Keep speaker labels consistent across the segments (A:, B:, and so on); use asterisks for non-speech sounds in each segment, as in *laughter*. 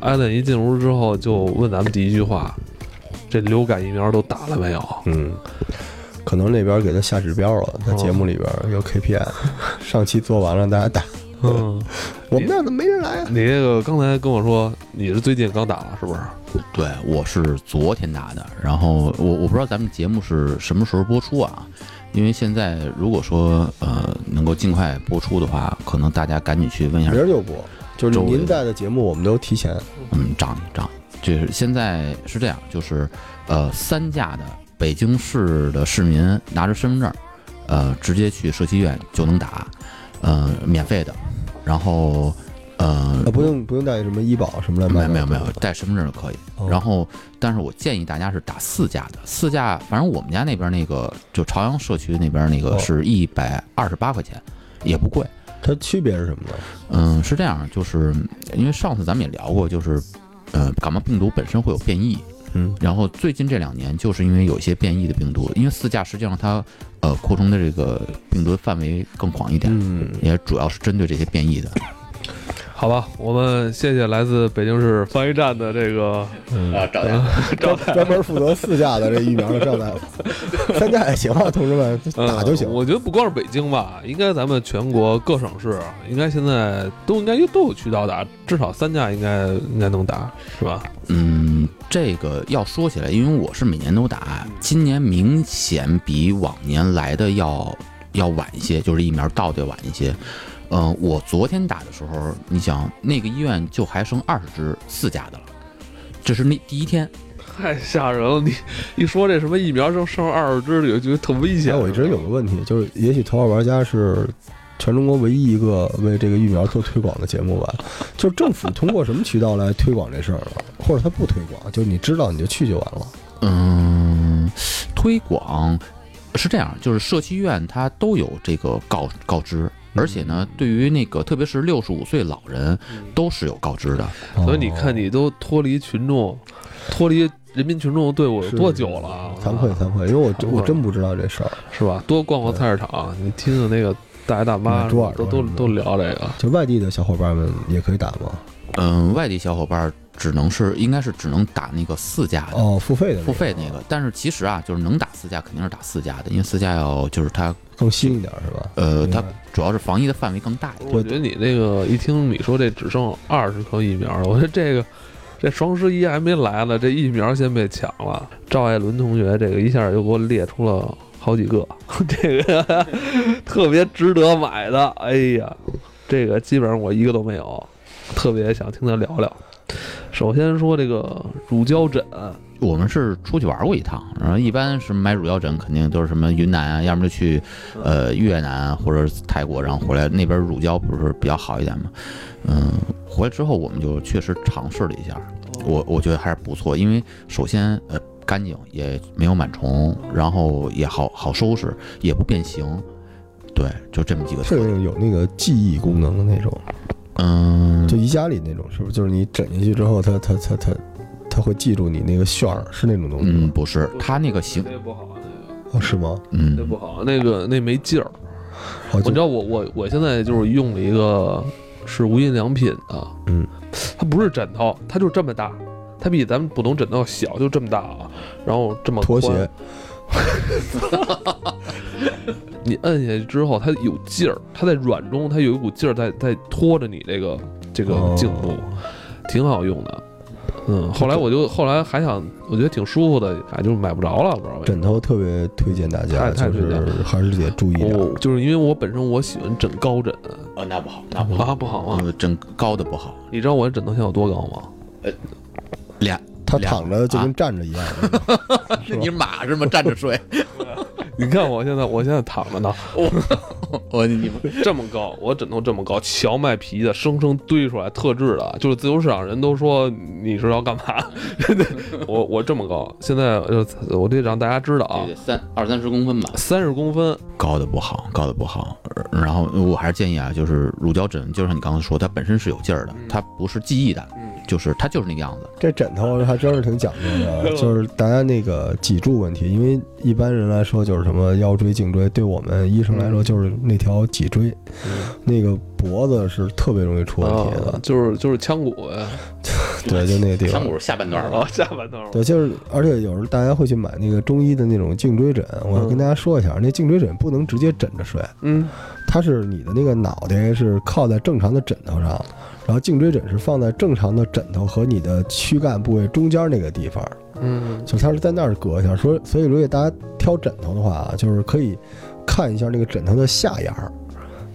A: 艾伦一进屋之后就问咱们第一句话：“这流感疫苗都打了没有
B: 嗯，可能那边给他下指标了，他节目里
C: 哦
B: 边有 KPI，、上期做完了，大家打。？”
A: 嗯，
B: 我们那儿怎么没人来啊？
A: 你这个刚才跟我说你是最近刚打了是不是？
C: 对，我是昨天打的，然后我我不知道咱们节目是什么时候播出啊，因为现在如果说呃能够尽快播出的话，可能大家赶紧去问一下
B: 明，儿就播，就是
C: 周围
B: 您在的节目，我们都提前。
C: 嗯，涨你涨，就是现在是这样，就是呃三价的北京市的市民拿着身份证，呃直接去社区医院就能打，呃免费的，然后呃
B: 啊，不用不用带什么医保什么乱七
C: 没
B: 八
C: 有
B: 糟
C: 没有没有，带身份证就可以。
B: 哦
C: 然后，但是我建议大家是打四价的，四价，反正我们家那边那个就朝阳社区那边那
B: 哦
C: 个是一百二十八块钱，也不贵。
B: 它区别是什么呢？
C: 嗯，是这样，就是因为上次咱们也聊过，就是呃，感冒病毒本身会有变异，
B: 嗯，
C: 然后最近这两年，就是因为有一些变异的病毒，因为四价实际上它呃扩充的这个病毒范围更广一点，
B: 嗯，
C: 也主要是针对这些变异的。
A: 好吧，我们谢谢来自北京市防疫站的这个
C: 啊，找到
B: 专专门负责四价的这疫苗的赵
C: *laughs*
B: 大夫，三价也行啊，同志们打就行
A: 嗯。我觉得不光是北京吧，应该咱们全国各省市，应该现在都应该都有渠道打，至少三价应该应该能打，是吧？
C: 嗯，这个要说起来，因为我是每年都打，今年明显比往年来的要要晚一些，就是疫苗到的晚一些。嗯、我昨天打的时候，你想那个医院就还剩二十支四价的了，这是那第一天。
A: 太吓人了！你一说这什么疫苗剩剩二十支，就觉得特危
B: 以
A: 险。
B: 前我一直有个问题，就是也许《头号玩家》是全中国唯一一个为这个疫苗做推广的节目吧？就是政府通过什么渠道来推广这事儿了，或者他不推广，就是你知道你就去就完了。
C: 嗯，推广是这样，就是社区医院它都有这个告告知，而且呢，对于那个特别是六十五岁老人都是有告知的。
B: 哦
A: 所以你看，你都脱离群众，脱离人民群众的队伍有
B: 是
A: 多久了啊？
B: 哦惭愧惭愧，因为我
A: 惭愧
B: 我真不知道这事儿。
A: 是吧？多逛逛菜市场，你听听那个大爷大妈
B: 买猪耳
A: 都
B: 朵
A: 都
B: 什么的
A: 都聊这个。
B: 就外地的小伙伴们也可以打吗？
C: 嗯，外地小伙伴儿只能是应该是只能打那个四价的。
B: 哦，付费的，
C: 付费那个，但是其实啊，就是能打四价肯定是打四价的，因为四价要就是它，
B: 更新一点是吧？
C: 呃，
B: 明白
C: 它主要是防疫的范围更大一点。
A: 我觉得你那个一听你说这只剩二十颗疫苗了，我说这个这双十一还没来呢，这疫苗先被抢了。赵爱伦同学这个一下就给我列出了好几个， *laughs* 这个 *laughs* 特别值得买的。哎呀，这个基本上我一个都没有，特别想听他聊聊。首先说这个乳胶枕，
C: 我们是出去玩过一趟，然后一般是买乳胶枕，肯定都是什么云南啊，要么就去呃越南啊或者是泰国，然后回来那边乳胶不是比较好一点嘛。嗯，回来之后我们就确实尝试了一下，
A: 哦
C: 我我觉得还是不错，因为首先呃干净，也没有螨虫，然后也好好收拾，也不变形。对，就这么几个
B: 是
C: 特
B: 那
C: 点。
B: 个有那个记忆功能的那种，
C: 嗯，
B: 就宜家里那种，是不是？就是你枕进去之后，它它它它它会记住你那个旋儿，是那种东西
C: 嗯
B: 吗？
C: 不是，它那个形，
A: 那不好，那个
B: 哦，是吗？
C: 嗯
A: 那不好，那个那没劲儿。
B: 哦，
A: 我
B: 就
A: 知道我我我现在就是用了一个是无印良品的，
B: 嗯，
A: 它不是枕头，它就这么大，它比咱们普通枕头小，就这么大啊，然后这么
B: 拖
A: 宽
B: 鞋，哦
A: 你摁下去之后，它有劲儿，它在软中它有一股劲儿在在拖着你这个这个颈部，挺好用的。嗯，后来我就后来还想，我觉得挺舒服的，哎，就是买不着了，不知道为什
B: 枕
A: 么。
B: 头特别推荐大
A: 太
B: 家，
A: 太
B: 就
A: 推荐哦
B: 是还是得注意点。
A: 我就是因为我本身我喜欢枕高枕
C: 呃那不好，那
A: 啊，不好吗？
C: 呃整高的不好，
A: 你知道我的枕头现在有多高吗？
C: 俩
B: 他躺着就跟站着一样，
A: 啊
C: 是 *laughs* 你马是吗？站着 *laughs* 睡，
A: 你看我现在我现在躺着呢，
C: 我你们
A: 这么高，我枕头这么高，荞麦皮的，生生堆出来，特制的，就是自由市场人都说你是要干嘛？ *laughs* 我我这么高，现在呃我得让大家知道啊，
C: 三二三十公分吧，
A: 三十公分，
C: 高的不好，高的不好。呃然后我还是建议啊，就是乳胶枕，就像你刚刚说，它本身是有劲儿的，它不是记忆的，
A: 嗯
C: 就是它就是那个样子。
B: *laughs* 这枕头还真是挺讲
A: *laughs*
B: 究的，就是大家那个脊柱问题，因为一般人来说就是什么腰椎、颈椎，对我们医生来说就是那条脊椎，
A: 嗯
B: 那个脖子是特别容易出问题
A: 啊
B: 的，。
A: 就是就是腔骨呗，
B: *laughs* 对，啊就那个地
C: 香
B: 方。
C: 谷下半段吧
A: 哦，。下半段儿吧
B: 对，就是，而且有时候大家会去买那个中医的那种颈椎枕，我要
A: 嗯
B: 跟大家说一下，那颈椎枕不能直接枕着睡，
A: 嗯，
B: 它是你的那个脑袋是靠在正常的枕头上，然后颈椎枕是放在正常的枕头和你的躯干部位中间那个地方，
A: 嗯
B: 就它是在那儿隔一下。说，所以如果大家挑枕头的话啊，就是可以看一下那个枕头的下沿儿，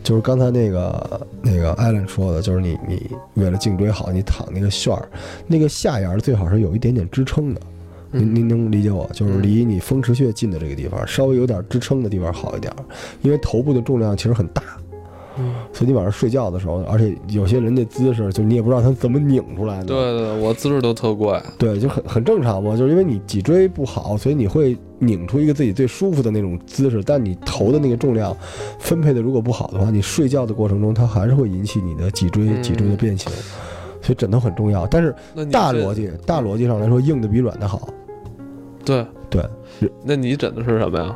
B: 就是刚才那个那个艾伦说的，就是你你为了颈椎好，你躺那个旋儿，那个下沿儿最好是有一点点支撑的。
A: 嗯
B: 您您能理解我，就是离你风池穴近的这个地方，稍微有点支撑的地方好一点儿，因为头部的重量其实很大，
A: 嗯
B: 所以你晚上睡觉的时候，而且有些人那姿势，就你也不知道他怎么拧出来的，
A: 对对，我姿势都特怪，
B: 对，就很很正常嘛，就是因为你脊椎不好，所以你会拧出一个自己最舒服的那种姿势，但你头的那个重量分配的如果不好的话，你睡觉的过程中它还是会引起你的脊椎
A: 嗯
B: 脊椎的变形，所以枕头很重要。但是
A: 那你
B: 大
A: 这
B: 逻辑大逻辑上来说，硬的比软的好。
A: 对
B: 对，
A: 那你枕的是什么呀？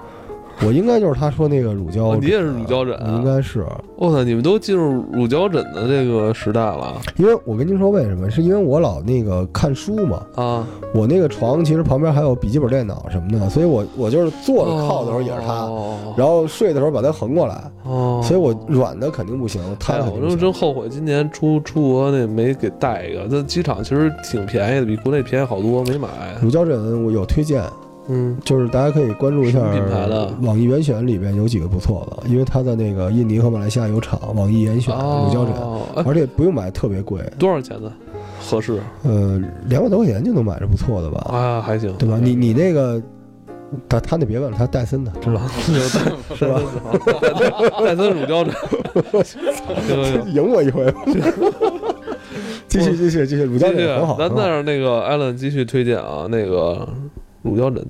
B: 我应该就是他说那个乳胶
A: 哦
B: 枕啊，
A: 你也是乳胶枕啊
B: 我应该是，
A: 我操，你们都进入乳胶枕的这个时代了
B: 因为我跟您说为什么，是因为我老那个看书嘛，
A: 啊！
B: 我那个床其实旁边还有笔记本电脑什么的，所以我我就是坐着靠的时候也是它。
A: 哦
B: 然后睡的时候把它横过来，
A: 哦，
B: 所以我软的肯定不行，
A: 哎
B: 瘫
A: 呀
B: 的肯
A: 我真
B: 定不行
A: 真后悔今年出出国那没给带一个，这机场其实挺便宜的，比国内便宜好多，没买。
B: 乳胶枕我有推荐，
A: 嗯，
B: 就是大家可以关注一下
A: 什么品牌的
B: 网易严选里边有几个不错的，因为它在那个印尼和马来西亚有厂，网易严选
A: 哦
B: 乳胶枕，
A: 哎，
B: 而且不用买特别贵，
A: 多少钱呢？合适
B: 呃，两百多块钱就能买着不错的吧，
A: 啊，还行，
B: 对吧？你你那个，他他那别问了，他戴森的知道吧，
A: 是吧？啊戴森乳
B: *laughs*
A: 胶枕，哎行行行。
B: 赢我一回
A: *laughs*
B: 吧。继续继续继续，乳胶
A: 继续
B: 枕很好，
A: 咱
B: 很好
A: 啊那儿那个艾伦继续推荐啊，那个乳胶枕，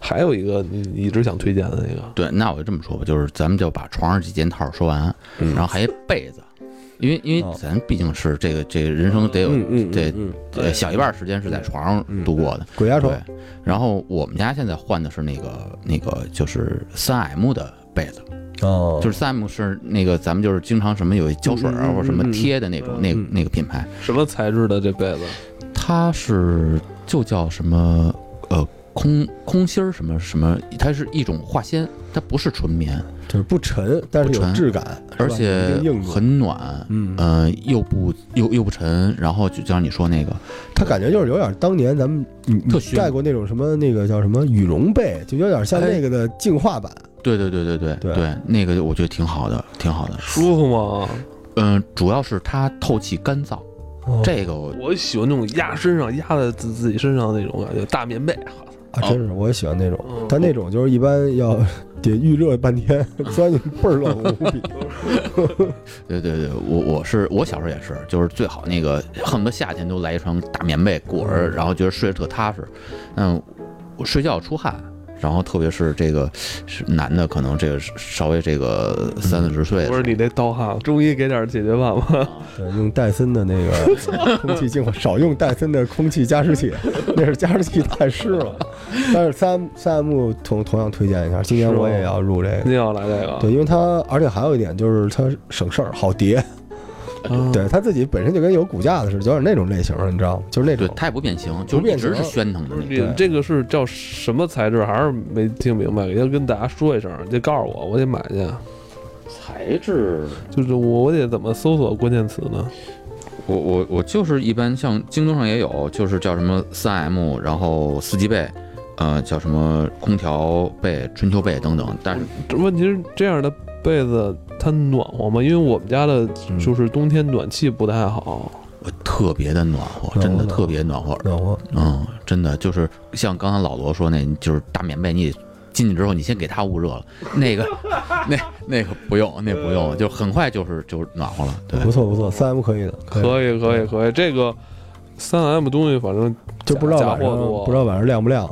A: 还有一个你你一直想推荐的那个，
C: 对，那我就这么说吧，就是咱们就把床上几件套说完，
B: 嗯
C: 然后还有被子，因为因为
B: 哦
C: 咱毕竟是这个这个人生得有、
B: 嗯嗯
C: 对
B: 嗯，
C: 呃小一半时间是在床上度过的，
B: 鬼压床
C: 对。然后我们家现在换的是那个那个就是三 M 的被子，
B: 哦
C: 就是三 M 是那个咱们就是经常什么有胶水
B: 嗯
C: 啊
B: 嗯嗯
C: 或者什么贴的那种、
A: 嗯
C: 那
B: 嗯
C: 那个品牌，
A: 什么材质的这被子？
C: 它是就叫什么呃空空心儿什么什么，它是一种化纤，它不是纯棉，
B: 就是不沉，但是
C: 不
B: 有
C: 沉
B: 质感，是吧
C: 而且
B: 有一定硬度
C: 很暖，
B: 嗯，
C: 呃，又不又又不沉，然后就像你说那个，
B: 它感觉就是有点当年咱们你你
C: 特熏
B: 盖过那种什么那个叫什么羽绒被，就有点像那个的进化版。
C: 对对对对对
B: 对
C: 那个我觉得挺好的，挺好的。
A: 舒服吗？
C: 嗯、主要是它透气干燥，
B: 哦
C: 这个我
A: 我喜欢那种压身上压在自自己身上那种感觉，大棉被。
C: 哎
B: 啊，真
C: 哦
B: 是我也喜欢那种，
A: 嗯
B: 但那种就是一般要得预热半天，
C: *laughs*
B: 不然你倍儿冷无比。
C: 对对对，我我是我小时候也是，就是最好那个恨不得夏天都来一床大棉被裹着，然后觉得睡着特踏实。嗯，我睡觉出汗。然后，特别是这个是男的，可能这个稍微这个三四十岁的时
A: 不
C: 候
A: 是你那刀哈，终于给点解决办
B: *laughs*
A: 法。
B: 对，用戴森的那
C: *laughs*
B: 个空气净化，少用戴森的空气加湿器， *laughs* 那是加湿器太湿
C: *laughs*
B: 了。但是三三 M 同同样推荐一下，今年
A: 是吗
B: 我也要入这个
A: 你。要来这个？
B: 对，因为它而且还有一点就是它省事儿，好叠。
A: 嗯，
B: 对他自己本身就跟有骨架的似的，有点那种类型儿，你知道吗？就是那
C: 对
B: 种，
C: 它也不变形，就是一
B: 变
C: 直是
B: 形
C: 喧腾的
A: 不
C: 那
A: 是
C: 种。
A: 你这个是叫什么材质？还是没听明白？要跟大家说一声，得告诉我，我得买去。
C: 材质
A: 就是我，我得怎么搜索关键词呢？
C: 我我我就是一般像京东上也有，就是叫什么三 M，然后四季被，呃，叫什么空调被、春秋被等等。但是
A: 这问题是这样的被子它暖和吗？因为我们家的
B: 嗯
A: 就是冬天暖气不太好，
C: 我特别的暖和，
B: 暖和
C: 真的
B: 暖和
C: 特别暖和，
B: 暖和。
C: 嗯，真的就是像刚才老罗说那，你就是大棉被，你进去之后你先给它捂热了，那个那那个不用，那不用，就很快就是就是暖和了。对，
B: 不错不错，三 M 可以的，以
A: 可以可以可以。这个三 M 东西反正
B: 就不知道
A: 假
B: 晚
A: 货
B: 上
A: 多
B: 不知道晚上亮不
A: *laughs*
B: 亮，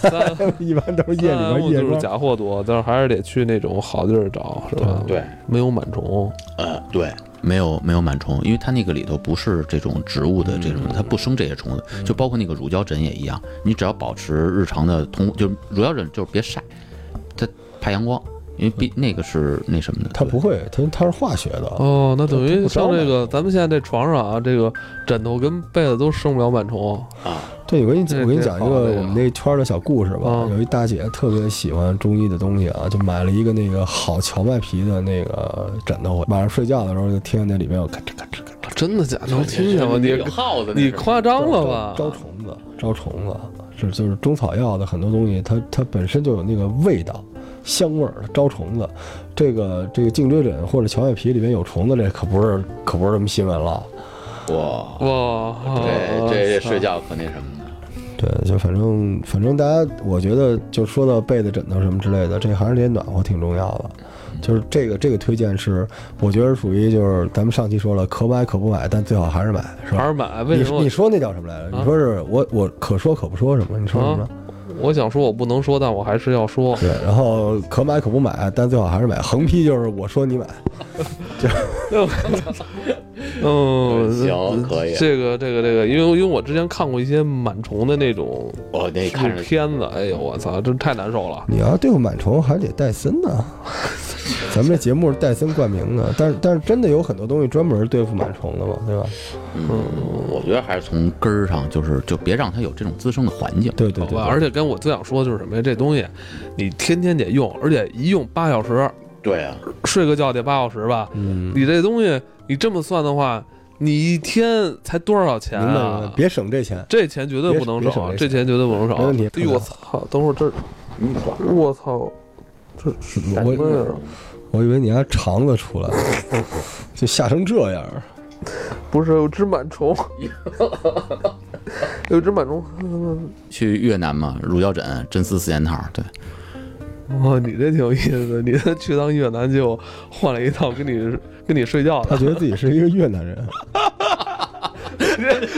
A: 三
B: 一般都是 *laughs* 夜里
A: 三
B: 边
A: M
B: 夜
A: 就是
B: 光。
A: 假货多，但是还是得去那种好地儿找，是吧？
C: 对，
A: 没有螨虫。
C: 呃，对，没有没有螨虫，因为它那个里头不是这种植物的这种，它不生这些虫子，就包括那个乳胶枕也一样，你只要保持日常的通，就是乳胶枕就是别晒，它怕阳光，因为毕那个是那什么的，
B: 它
C: 对
B: 不会，它它是化学的。
A: 哦，那等
B: 它
A: 于
B: 不招
A: 像这
B: 嘛
A: 个，咱们现在这床上啊，这个枕头跟被子都生不了螨虫。
B: 啊
C: 啊
B: 对，我给你讲
A: 这
B: 我给你
A: 这
B: 讲一
A: 好
B: 个
A: 这
B: 我们
A: 个
B: 那圈儿的小故事吧。
A: 嗯
B: 有一大姐特别喜欢中医的东西啊，就买了一个那个好荞麦皮的那个枕头，晚上睡觉的时候就听见那里面有咔嚓咔嚓咔
A: 啊真的假的？能听见吗？你
C: 耗子
A: 你夸
B: 嚓
A: 张了吧？
B: 招虫子，招虫子，是就是中草药的很多东西，它它本身就有那个味道。香味儿它招虫子，这个这个颈椎枕或者荞麦皮里面有虫子，这可不是可不是什么新闻了。
C: 哇，
A: 哇，
C: 这
A: 啊
C: 这睡觉可那什么 *laughs* 呢？
B: 对，就反正反正大家，我觉得就说到被子、枕头什么之类的，这还是得暖和挺重要的。
A: 嗯
B: 就是这个这个推荐是，我觉得属于就是咱们上期说了，可买可不买，但最好还是买，是
A: 还
B: 吧？
A: 是买？为
B: 你
A: 什么
B: 你说那叫什么来着？
A: 啊
B: 你说是我我可说可不说什么？你说什么？
A: 我想说我不能说，但我还是要说。
B: *laughs* 对，然后可买可不买，但最好还是买。横批就是我说你买，
A: 嗯，
C: 行可以
A: 这个这个这个，因为因为我之前看过一些螨虫的那种
C: 我那看着
A: 片子，哎呦我操，真太难受了。
B: 你要对付螨虫还得戴森呢。 *laughs* 咱们这节目是戴森冠名的，但是但是真的有很多东西专门对付螨虫的嘛，对吧？
C: 嗯我觉得还是从根儿上，就是就别让它有这种滋生的环境。
B: 对对
A: 好
B: 对
A: 吧，而且跟我最想说的就是什么呀？这东西你天天得用，而且一用八小时，
C: 对啊，
A: 睡个觉得八小时吧。
B: 嗯，
A: 你这东西你这么算的话，你一天才多少钱
B: 明白明白
A: 啊，？
B: 别省这钱。
A: 这钱绝对不能
B: 别
A: 少啊，
B: 别
A: 这
B: 省
A: 钱绝对不能少啊。
B: 没问题
A: 哎呦我操！等会儿这儿，我操，这是
B: 我我
A: 什么味儿啊
B: 我以为你还肠子出来了，就吓成这样儿。
A: 不是有只螨虫， *laughs* 有只螨虫。
C: 去越南嘛，乳胶枕、真丝四件套，对，
A: 哇，你这挺有意思，你这去趟越南就换了一套跟你跟你睡觉
B: 他
A: 的，
B: 觉得自己是一个越南人，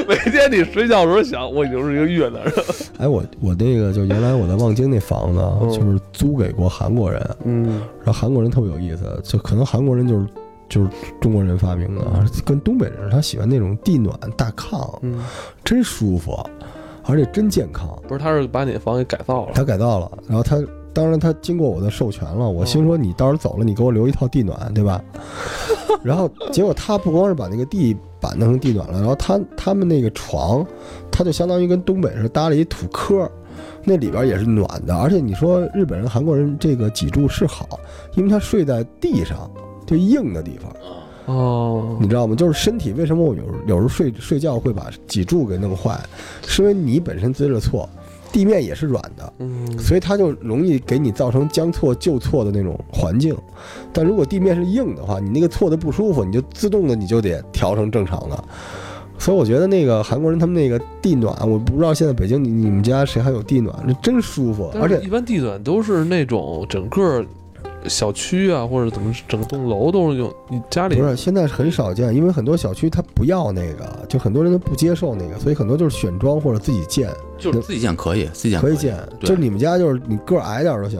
A: 每天你睡觉的时候想，我已经是一个越南人。
B: 哎，我我那个就原来我在望京那房子啊，
A: 嗯
B: 就是租给过韩国人，
A: 嗯，
B: 然后韩国人特别有意思，就可能韩国人就是就是中国人发明的，啊跟东北人他喜欢那种地暖大炕，
A: 嗯，
B: 真舒服，而且真健康。
A: 不是，他是把你房给改造了。
B: 他改造了，然后他当然他经过我的授权了，我心说你到时候走了，你给我留一套地暖，对吧？ *laughs* 然后结果他不光是把那个地板弄成地暖了，然后他他们那个床，他就相当于跟东北是搭了一土壳。那里边也是暖的，而且你说日本人、韩国人这个脊柱是好，因为他睡在地上，就硬的地方，
A: 哦，
B: 你知道吗？就是身体为什么我有有时候睡睡觉会把脊柱给弄坏，是因为你本身姿势错，地面也是软的，
A: 嗯，
B: 所以它就容易给你造成将错就错的那种环境。但如果地面是硬的话，你那个错的不舒服，你就自动的你就得调成正常的。所以我觉得那个韩国人他们那个地暖，我不知道现在北京你你们家谁还有地暖，那真舒服。而
A: 但是
B: 且
A: 一般地暖都是那种整个小区啊，或者怎么整栋楼都是用你家里
B: 不是现在很少见，因为很多小区它不要那个，就很多人都不接受那个，所以很多就是选装或者自己建，
C: 就是自己建可以，自己建
B: 可以
C: 以
B: 建。
C: 对
B: 就是你们家就是你个儿矮点儿就行，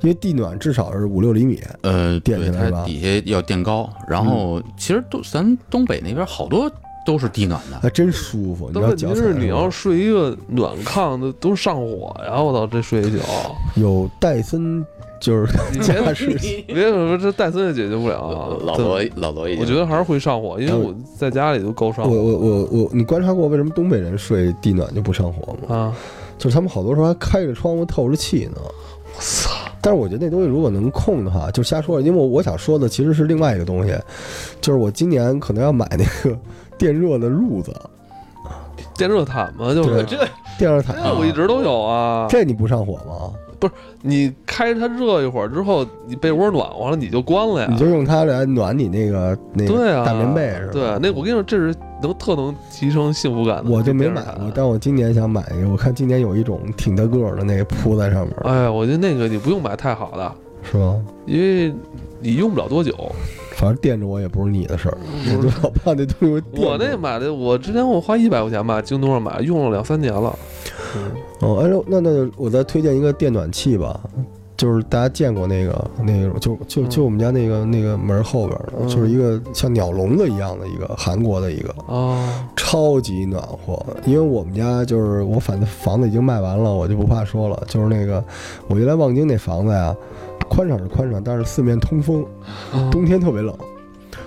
B: 因为地暖至少是五六厘米。
C: 呃，
B: 垫
C: 对，
B: 起来
C: 它
B: 是吧嗯
C: 底下要垫高，然后其实都咱东北那边好多都是地暖的，
B: 还真舒服，你知
A: 但
B: 道
A: 问题
B: 脚踩
A: 是，
B: 着
A: 你
B: 吗
A: 要睡一个暖炕的都上火呀！我操，这睡 *laughs* 一宿，
B: 有戴森，就是
A: 你别
B: 驾驶系，
A: 别说这戴森也解决不了啊。
C: 呃老
A: 对
C: 罗老罗已
A: 我
C: 经
A: 觉得还是会上火，因为
B: 嗯
A: 我在家里都够上
B: 我
A: 火
B: 我我我，你观察过为什么东北人睡地暖就不上火吗？
A: 啊。
B: 就是他们好多时候还开着窗户透着气呢。
A: 我操，
B: 但是我觉得那东西如果能控的话，就瞎说了，因为我我想说的其实是另外一个东西，就是我今年可能要买那个电热的褥子、
A: 电热毯嘛，就是
B: 对电热毯。啊
A: 哎这我一直都有啊。
B: 这你不上火吗？
A: 你开它热一会儿之后，你被窝暖和了，你就关哎了呀。
B: 你就用它来暖你那个那
A: 对
B: 个
A: 啊，
B: 大棉被是吧？
A: 对，那我跟你说，这是能特能提升幸福感的。
B: 我就没
A: 这
B: 买
A: 电热
B: 过
A: 毯，啊
B: 但我今年想买一个。我看今年有一种挺大个儿的那个铺在上面，
A: 哎，我觉得那个你不用买太好的，
B: 是吗？
A: 因为你用不了多久。
B: *laughs* 反正惦着我也不是你的事儿，我就老怕那东西会惦着
A: 嗯我那买的，我之前我花一百块钱吧，京东上买，用了两三年了。
B: 哦，哎呦，那那我再推荐一个电暖器吧，就是大家见过那个那种，就就
A: 嗯
B: 就我们家那个那个门后边儿的，
A: 嗯
B: 就是一个像鸟笼子一样的一个韩国的一个，
A: 哦，
B: 超级暖和。因为我们家就是我反正房子已经卖完了，我就不怕说了，就是那个我原来望京那房子呀。宽敞是宽敞，但是四面通风，
A: 啊
B: 冬天特别冷。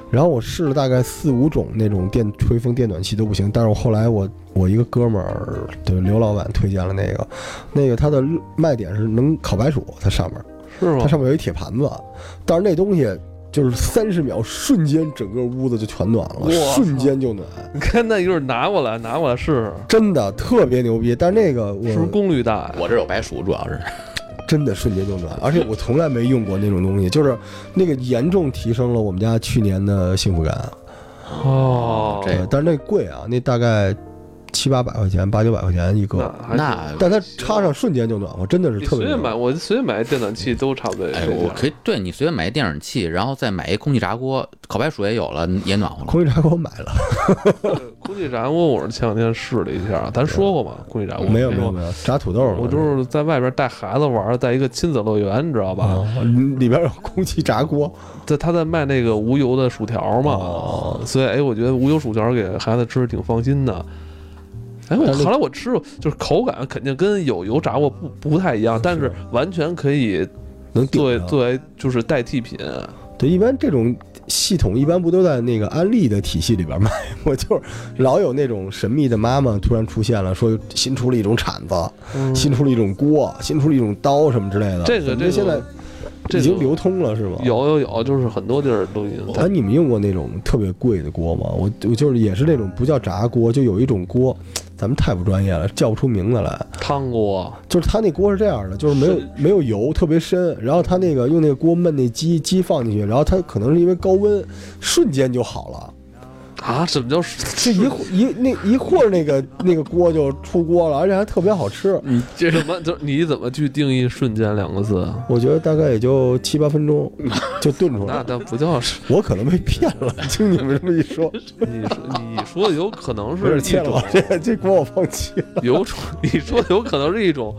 B: 然后我试了大概四五种那种电吹风电暖气都不行，但是我后来我我一个哥们儿，对刘老板推荐了那个，那个它的卖点是能烤白薯，它上面
A: 是吗
B: 它？上面有一铁盘子，但是那东西就是三十秒瞬间整个屋子就全暖了
A: 哇，
B: 瞬间就暖，
A: 你看那一会儿拿过来，拿过来试
B: 真的特别牛逼。但是那个
A: 试，是不是
B: 我
A: 功率大呀？
C: 我这有白薯，主要是
B: 真的瞬间就暖，而且我从来没用过那种东西，就是那个严重提升了我们家去年的幸福感。
A: 哦，
C: 这
B: 对，但是那贵啊，那大概七八百块钱，八九百块钱一个，
A: 那还
C: 那
B: 但它插上瞬间就暖和，真的是
A: 你
B: 特
A: 随
B: 别
A: 便
B: 暖
A: 买，
B: 和。
A: 我随便买电暖气都差不多也
C: 哎，
A: 这
C: 我
A: 价。
C: 可以对你随便买一电暖器，然后再买一空气炸锅，烤白薯也有了，也暖和了。
B: 空气炸锅买了，
A: 对空气炸锅我是前两天试了一下，咱说过吗？空气炸锅
B: 没有没有。没有，炸土豆嘛，
A: 我就是在外边带孩子玩儿，在一个亲子乐园，你知道吧？
B: 啊，里边有空气炸锅，
A: 在他在卖那个无油的薯条嘛
B: 哦，
A: 所以哎，我觉得无油薯条给孩子吃挺放心的。哎，我
B: 但是
A: 后来我吃，就是口感肯定跟有油炸过不不太一样，但是完全可以
B: 能啊顶啊
A: 作为
B: 上
A: 作为就是代替品。
B: 对，一般这种系统一般不都在那个安利的体系里边卖？ *laughs* 我就是老有那种神秘的妈妈突然出现了，说新出了一种铲子，
A: 嗯
B: 新出了一种锅，新出了一种刀什么之类的。
A: 这个
B: 反
A: 这个
B: 正现在
A: 这
B: 已经
A: 个
B: 流通了是吗？。
A: 有有有，就是很多地儿都已经在
B: 哎，你们用过那种特别贵的锅吗？我我就是也是那种不叫炸锅，就有一种锅，咱们太不专业了，叫不出名字来。
A: 汤锅。
B: 就是它那锅是这样的，就是没有
A: 是
B: 没有油，特别深。然后它那个用那个锅焖那鸡，鸡放进去，然后它可能是因为高温，瞬间就好了。
A: 啊，什么叫这
B: 这
A: *laughs*
B: 一会一那一会儿那个那个锅就出锅了，而且还特别好吃。
A: 嗯
C: 你这
A: 怎么就是你怎么去定义“瞬间”两个字？啊？
B: 我觉得大概也就七八
A: *laughs*
B: 分钟就炖出来
A: 那
B: 了。
A: 那不叫是，
B: 我可能被骗了，听你们这么一
A: *laughs*
B: 说，
A: 你说你说的有可能
B: 有
A: 是
B: 点
A: 一
B: 欠
A: 种
B: 了。这这锅我放弃了。 *laughs*
A: 有种，你说的有可能是一种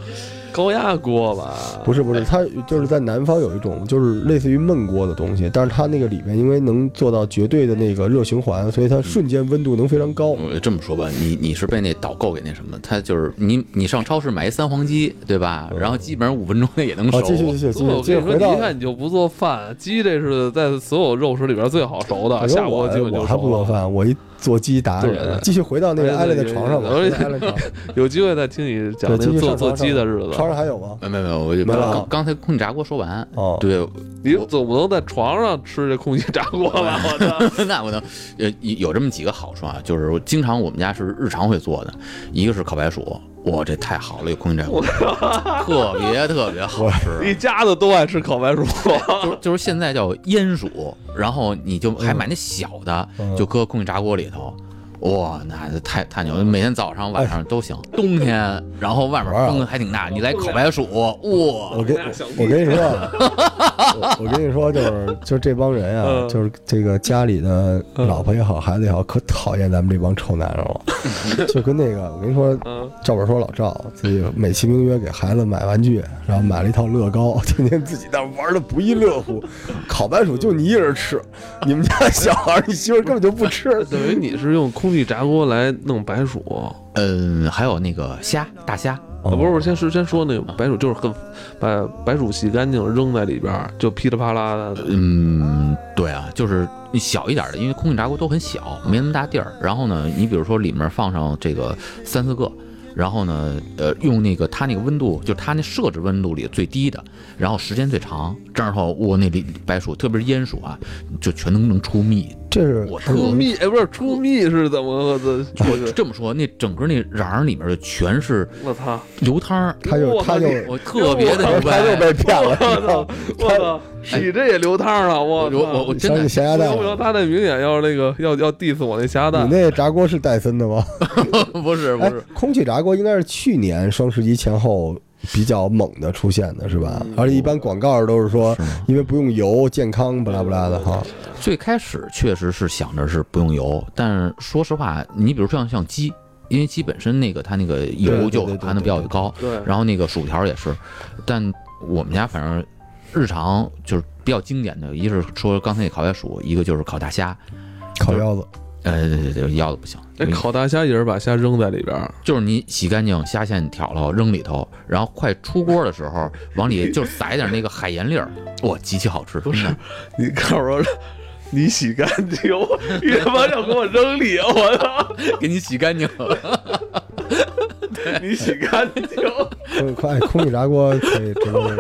A: 高压锅吧？
B: 不是不
A: 哎
B: 是，它就是在南方有一种就是类似于焖锅的东西，但是它那个里面因为能做到绝对的那个热循环，所以它瞬间温度能非常高。
A: 嗯
C: 我这么说吧，你你是被那导购给那什么，他就是你你上超市买一三黄鸡，对吧？然后基本上五分钟内也能熟
B: 哦好，。继续继续继续
A: 我跟
B: 继续
A: 你说，
B: 回
A: 你
B: 到
A: 一。看你就不做饭，鸡这是在所有肉食里边最好熟的，
B: 反
A: 下
B: 正
A: 锅
B: 哎我
A: 基本就
B: 我还不
A: 熟
B: 做
A: 了。
B: 饭，我一做鸡达
A: 对
B: 人。继续回到那
A: 对
B: 个艾
A: 对
B: 丽的
A: 对
B: 床上吧，
A: 对
B: 回到艾丽床上
A: 有机会再听你讲那
B: 对
A: 个
B: 继续
A: 做
B: 上
A: 做
B: 床
A: 鸡
B: 上
A: 的日
B: 床
A: 子。
B: 上还有吗？
C: 没没没，我就
B: 没了啊
C: 刚刚才空气炸锅说完，
B: 哦，
C: 对，
A: 你总不能在床上吃这空气炸锅
B: *laughs*
A: 吧？我操！
C: *laughs* 那不能，呃，有这么几个好处啊，就是我经常我们家是日常会做的，一个是烤白薯，哇，这太好了，有空气炸锅，特别特别好
A: 一
C: 吃。
A: 家子都爱吃烤白薯。
C: 就是就是现在叫腌薯，然后你就还买那小的，
B: 嗯
C: 就搁空气炸锅里头，哇，那太太牛了！每天早上晚上都行，冬天然后外面风还挺大，你来烤白薯，哇
B: 我，跟
A: 那小
B: 我跟你说
A: *laughs*
B: 啊，我我跟你说，就是就是这帮人啊，
A: 嗯
B: 就是这个家里的老婆也好，孩子也好，可讨厌咱们这帮臭男人了。
A: *laughs*
B: 就跟那个，我跟你说，
A: 嗯，
B: 赵本说老赵自己美其名曰给孩子买玩具，然后买了一套乐高， *laughs* 天天自己那玩的不亦乐乎。烤白薯就你一人吃，你们家小孩儿，你媳妇儿根本就不
C: *laughs*
B: 吃。
A: 等于你是用空气炸锅来弄白薯，
B: 哦
C: 嗯，还有那个虾，大虾，
A: 啊，不是，我先是先说那个白薯，就是很把白薯洗干净扔在里边儿，就噼里啪啦的。
C: 嗯，对啊，就是你小一点的，因为空气炸锅都很小，没那么大地儿。然后呢，你比如说里面放上这个三四个，然后呢，呃，用那个它那个温度，就是它那设置温度里最低的，然后时间最长，这样的话，哇，那里白薯，特别是烟薯啊，就全能能出蜜。
B: 这是
C: 我特
A: 出蜜哎，不是出蜜是怎么个？
C: 我这么说，那整个那瓤儿里面就全是
A: 我 *laughs* 操！
C: 流汤儿，
B: 他就
A: 我
B: 他就
C: 我特别的
B: 他
C: 牛
B: 就被
C: 掰。
B: 骗了
A: 我。操！我操！你这也流汤了！哎我
C: 我
A: 操
C: 我我 *laughs* 真
B: 想
C: 的
B: 起咸鸭
A: 不
B: 蛋
A: 行不
B: 了
A: 行，。他那明显要那个要要 diss 我那咸鸭蛋
B: 你。那炸锅是戴森的吗？
C: 不是不
B: 哎
C: 是，，
B: 空气炸锅应该是去年双十一前后比较猛的出现的是吧
A: 嗯？
B: 而且一般广告都是说
C: 是吗，
B: 因为不用油，健康不拉不拉的哈。
C: 最开始确实是想着是不用油，但是说实话，你比如说像像鸡，因为鸡本身那个它那个油
B: 对对
C: 就
B: 对对
C: 含的比较高，
A: 对，
C: 然后那个薯条也是，但我们家反正日常就是比较经典的，一是说刚才那烤白薯，一个就是烤大虾，
B: 烤腰子，
C: 呃呃，对对对，腰的不行。
A: 那哎烤大虾也是把虾扔在里边儿，
C: 就是你洗干净，虾线挑了扔里头，然后快出锅的时候，往里就撒一点那个海盐粒儿，哇，极其好吃。
A: 不是
C: *laughs*
A: 你告诉 *laughs* 我，你洗干净，我你他妈要给我扔里，啊我操！
C: 给你洗干净了，
A: 你洗干净，
B: 空快空气炸锅可以直接用，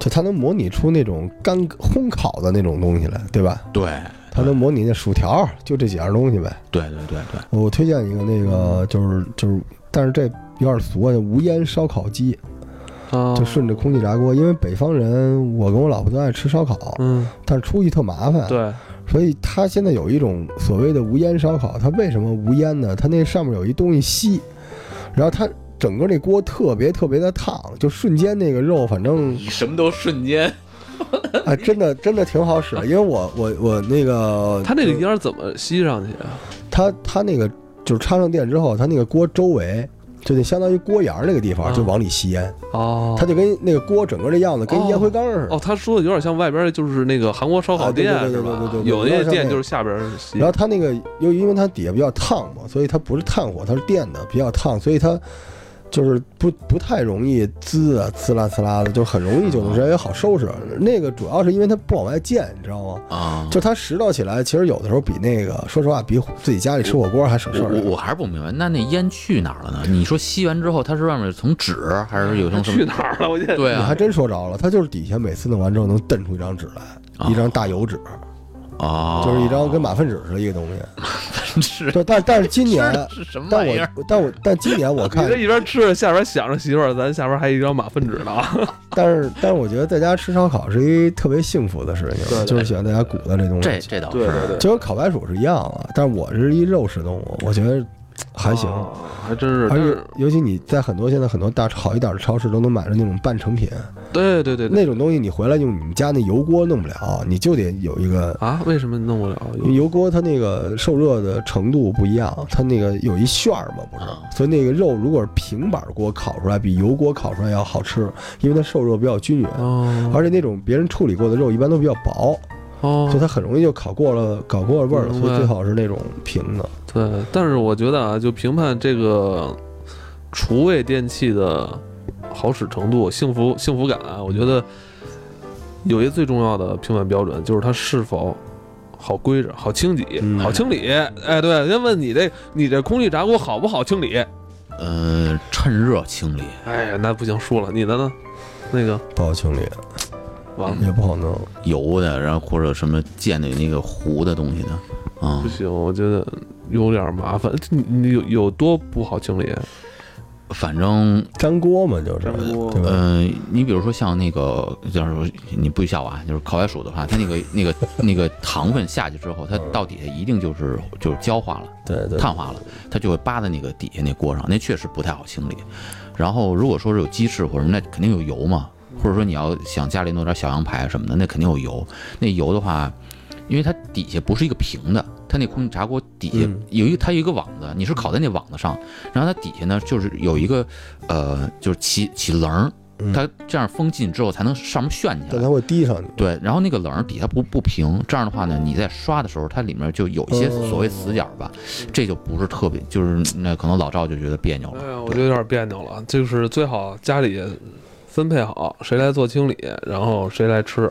B: 就它能模拟出那种干烘烤的那种东西来，对吧？
C: 对
B: 它能模拟那薯条，就这几样东西呗。嗯
C: 对对对对，
B: 我推荐一个那个就是就是，但是这有点俗啊，叫无烟烧烤鸡，
A: *laughs* 啊
B: 就顺着空气炸锅，因为北方人，我跟我老婆都爱吃烧烤，
A: 嗯，
B: 但是出去特麻烦，
A: 对，
B: 所以它现在有一种所谓的无烟烧烤，它为什么无烟呢？它那上面有一东西吸，然后它整个那锅特别特别的烫，就瞬间那个肉，反正
C: 你什么都瞬间
B: 啊，真的真的挺好使，因为我我我那个
A: 它那个烟儿怎么吸上去啊？
B: 它它那个就是插上电之后，它那个锅周围。就那相当于锅沿儿那个地
A: 啊
B: 方，就往里吸烟，
A: 哦，
B: 它就跟那个锅整个那样子跟
A: 哦
B: 烟灰缸似的
A: 哦，。他说的有点像外边儿就是那个韩国烧烤店
B: 啊
A: 是
B: 对对对
A: 吧
B: 对对对？对
A: 有那
B: 有点
A: 些
B: 像
A: 店
B: 那
A: 就
B: 个
A: 是下边儿吸
B: 然，后它那个由于因为它底下比较烫嘛，所以它不是炭火，它是电的，比较烫，所以它就是不不太容易滋啊滋啦滋啦的，就很容易就
A: 哦
B: 能直接好收拾。啊那个主要是因为它不往外溅，你知道吗？
C: 啊。
B: 就它拾掇起来，其实有的时候比那个，说实话，比自己家里吃火锅还省事
C: 我我
B: 儿。
C: 我还是不明白，那那烟去哪儿了呢？你说吸完之后，它是外面从纸还是有什么什
A: *laughs* 去
C: 么？
A: 哪儿了？我现在
C: 对
B: 你
C: 啊
B: 还，真说着了，它就是底下每次弄完之后能蹬出一张纸来，一张大油纸，
C: 啊，
B: 就是一张跟马粪纸似的一个东西。
C: 是
B: 对，但但是今年，
C: 是什么
B: 但
C: 玩意儿？
B: 我但我但今年我看
A: 你这一边吃着，下边想着媳妇儿，咱下边还一张马粪纸呢啊！
B: 但是，但是我觉得在家吃烧烤是一特别幸福的事情，
A: 对对
B: 就是喜欢在家鼓捣这东西。
C: 这这倒是，
A: 对对对
B: 就跟烤白薯是一样的，但是我是一肉食动物，我觉得还行。
A: 哦，还真是，
B: 而
A: 但
B: 且
A: 是，
B: 尤其你在很多现在很多大好一点的超市都能买着那种半成品，
A: 对对对对
B: 那种东西你回来用你们家那油锅弄不了，你就得有一个，
A: 啊，为什么弄不了？
B: 因为油锅它那个受热的程度不一样，它那个有一旋儿嘛，不是
C: 啊，
B: 所以那个肉如果是平板锅烤出来，比油锅烤出来要好吃，因为它受热比较均匀。
A: 哦
B: 而且那种别人处理过的肉一般都比较薄，
A: 哦
B: 所以，它很容易就烤过了，烤过了味儿了，
A: 明白
B: 所以最好是那种平的。
A: 对，但是我觉得啊，就评判这个厨卫电器的好使程度、幸福幸福感啊，我觉得有一个最重要的评判标准，就是它是否好归着、好清洁、
B: 嗯
A: 好清理。哎，对，人家问你这你这空气炸锅好不好清理？
C: 呃，趁热清理，
A: 哎呀，那不行，输了。你的呢？那个
B: 不好清理，
A: 完了，
B: 也不好弄。
C: 油的，然后或者什么溅的那个糊的东西的，啊、
A: 不行，我觉得有点麻烦。你你有有多不好清理？啊
C: 反正，
B: 粘锅嘛，就是
A: 粘锅，
B: 对吧？
C: 呃，你比如说像那个，就是说你不许笑我啊，就是烤白薯的话，它那个那个那个糖分下去之后，它到底下一定就是就是焦化了、
B: 对对，
C: 碳化了，它就会扒在那个底下那锅上，那确实不太好清理。然后如果说是有鸡翅或者什么，那肯定有油嘛，或者说你要想家里弄点小羊排什么的，那肯定有油。那油的话，因为它底下不是一个平的，它那空气炸锅底下
B: 嗯
C: 有一它有一个网子，你是烤在那网子上，然后它底下呢就是有一个呃就是起起棱儿
B: 嗯，
C: 它这样封进之后才能上面旋起
B: 但
C: 来
B: 它。会滴上你。
C: 对，然后那个棱儿底下不不平，这样的话呢，你在刷的时候，它里面就有一些所谓死角吧，这就不是特别，就是那可能老赵就觉得别扭了。
A: 哎呀，我觉得有点别扭了。就是最好家里分配好谁来做清理，然后谁来吃。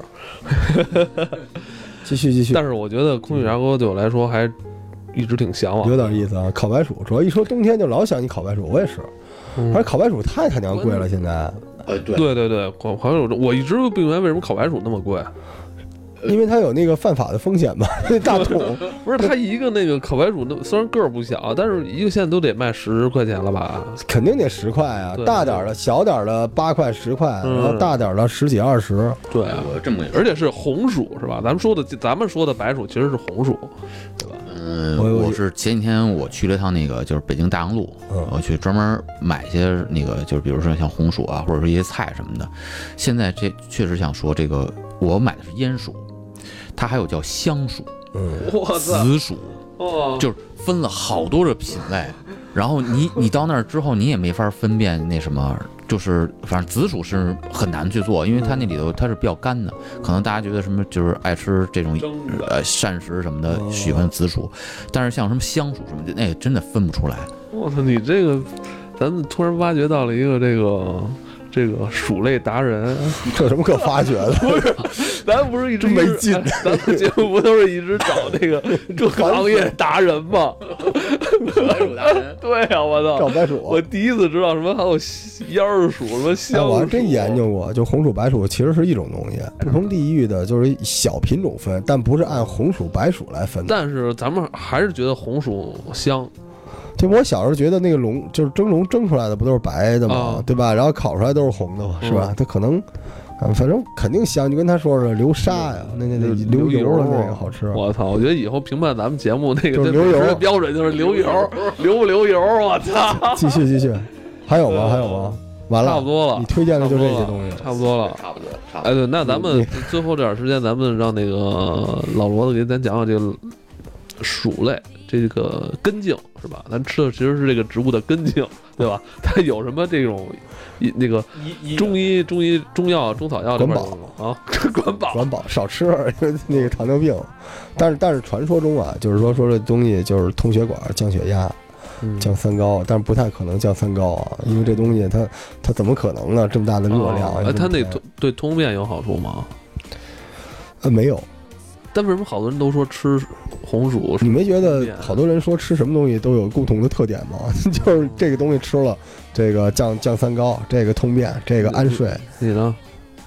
B: 继续继续，
A: 但是我觉得空气炸锅对我来说还一直挺向往，
B: 有点意思啊。烤白薯，主要一说冬天就老想起烤白薯，我也是。
A: 嗯
B: 而且烤白薯太他娘贵了，现在，
C: 呃，对
A: 对对对，烤烤白薯，我一直不明白为什么烤白薯那么贵。
B: 因为它有那个犯法的风险嘛，那大桶。
A: *laughs* 不是它一个那个烤白薯，那虽然个儿不小，但是一个现在都得卖十块钱了吧？
B: 肯定得十块啊
A: 对，
B: 大点儿的、小点儿的八块、十块，
A: 嗯
B: 然后大点儿的十几、二十。
A: 对啊，
C: 我这么跟你说，
A: 而且是红薯是吧？咱们说的咱们说的白薯其实是红薯，对吧？
C: 嗯，
B: 我
C: 我是前几天我去了一趟那个就是北京大洋路，
B: 嗯
C: 我去专门买一些那个就是比如说像红薯啊，或者说一些菜什么的。现在这确实想说，这个我买的是烟薯，它还有叫香薯、
B: 嗯，
A: 我操，
C: 紫薯，
A: 哦，
C: 就是分了好多个品类。然后你 *laughs* 你到那儿之后，你也没法分辨那什么，就是反正紫薯是很难去做，因为它那里头它是比较干的，可能大家觉得什么就是爱吃这种
A: 蒸的
C: 呃膳食什么
B: 哦
C: 的喜欢紫薯，但是像什么香薯什么的，那个真的分不出来。
A: 我操，你这个，咱们突然挖掘到了一个这个这个鼠类达人，
B: 这有什么可发掘的？ *laughs*
A: 咱不是一直
B: 真没劲
A: 哎咱们节目不都是一直找这个这行业达人吗？ *laughs* 对呀、我
B: 找
A: 操！
B: 白鼠，
A: 我第一次知道什么还有烟鼠，什么香
B: 哎，
A: 鼠，
B: 我还真研。究过，就红薯、白薯其实是一种东西，不同地域的就是小品种分，但不是按红薯、白薯来分的。
A: 但是咱们还是觉得红薯香，
B: 就我小时候觉得那个龙就是蒸笼蒸出来的不都是白的吗
A: 啊？
B: 对吧？然后烤出来都是红的嘛，是吧
A: 嗯？
B: 它可能，啊反正肯定香，就跟他说似的，流沙呀，那那那
A: 流
B: 流油的
A: 油啊
B: 那个好吃。
A: 我操！我觉得以后评判咱们节目那
B: 就
A: 个这
B: 是流
A: 美食的
B: 油
A: 标准就是流油，流不流油？我操！
B: *laughs* 继续继续，还有吗？还有吗？完了，
A: 呃差不多了
B: 你推荐的就这些东西。
A: 差不多了，
C: 差不多，差
A: 哎，对，那咱
B: 你
A: 们
B: 你
A: 最后这点时间，咱们让那个呃老罗子给咱讲讲这个鼠类这个根茎是吧？咱吃的其实是这个植物的根茎，对吧？ *laughs* 它有什么这种一那个中医、中医、中药、中草药这块
B: 管
A: 儿啊？ *laughs* 这管饱
B: 管饱少吃，因为那个糖尿病。但是但是传说中啊，就是说说这东西就是通血管、降血压、降三高，但是不太可能降三高啊，因为这东西它它怎么可能呢？这么大的热量，啊
A: 哎，它那
B: 这么
A: 通对通便有好处吗？
B: 呃没有，
A: 但为什么好多人都说吃红薯
B: 你没觉得好多人说吃什么东西都有共同的特点吗？ *laughs* 就是这个东西吃了，这个降降三高，这个通便，这个安睡。
A: 你呢？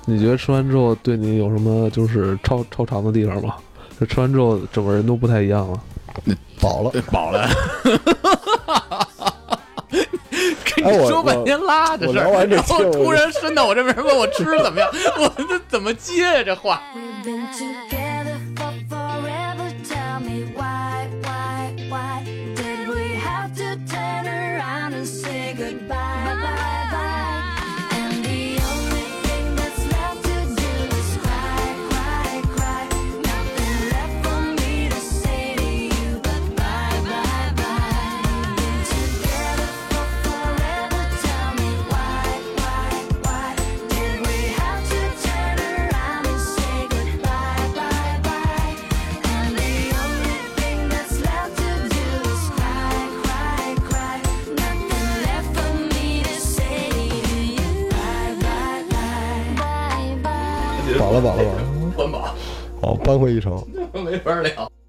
A: 你觉得吃完之后对你有什么就是超超常的地方吗？就吃完之后整个人都不太一样
C: *laughs*
A: 了。
B: 饱了，
C: 哎饱了。跟
B: 哎
C: 你
B: 我
C: 说半天拉着
A: 哎
B: 我
C: 事儿，
B: 聊完这
C: 然后
B: 期我
C: 突然伸 *laughs* 到我这边问我吃的怎么样， *laughs* 我这怎么接呀这话？
D: We've been together for forever. Tell me why, why, why did we have to turn around and say goodbye, bye, bye? And the only thing that's left to do is cry, cry, cry. Nothing left for me to say to you but bye, bye, bye. Been together for forever. Tell me why, why, why did we have to turn around and say goodbye, bye, bye? And the only thing that's left to do is cry, cry, cry. Nothing left for me to say to you. Bye, bye, bye, bye, bye.
B: 饱了，饱了，饱了。哦
C: 管饱，
B: 好，扳回一城。
C: 没法聊。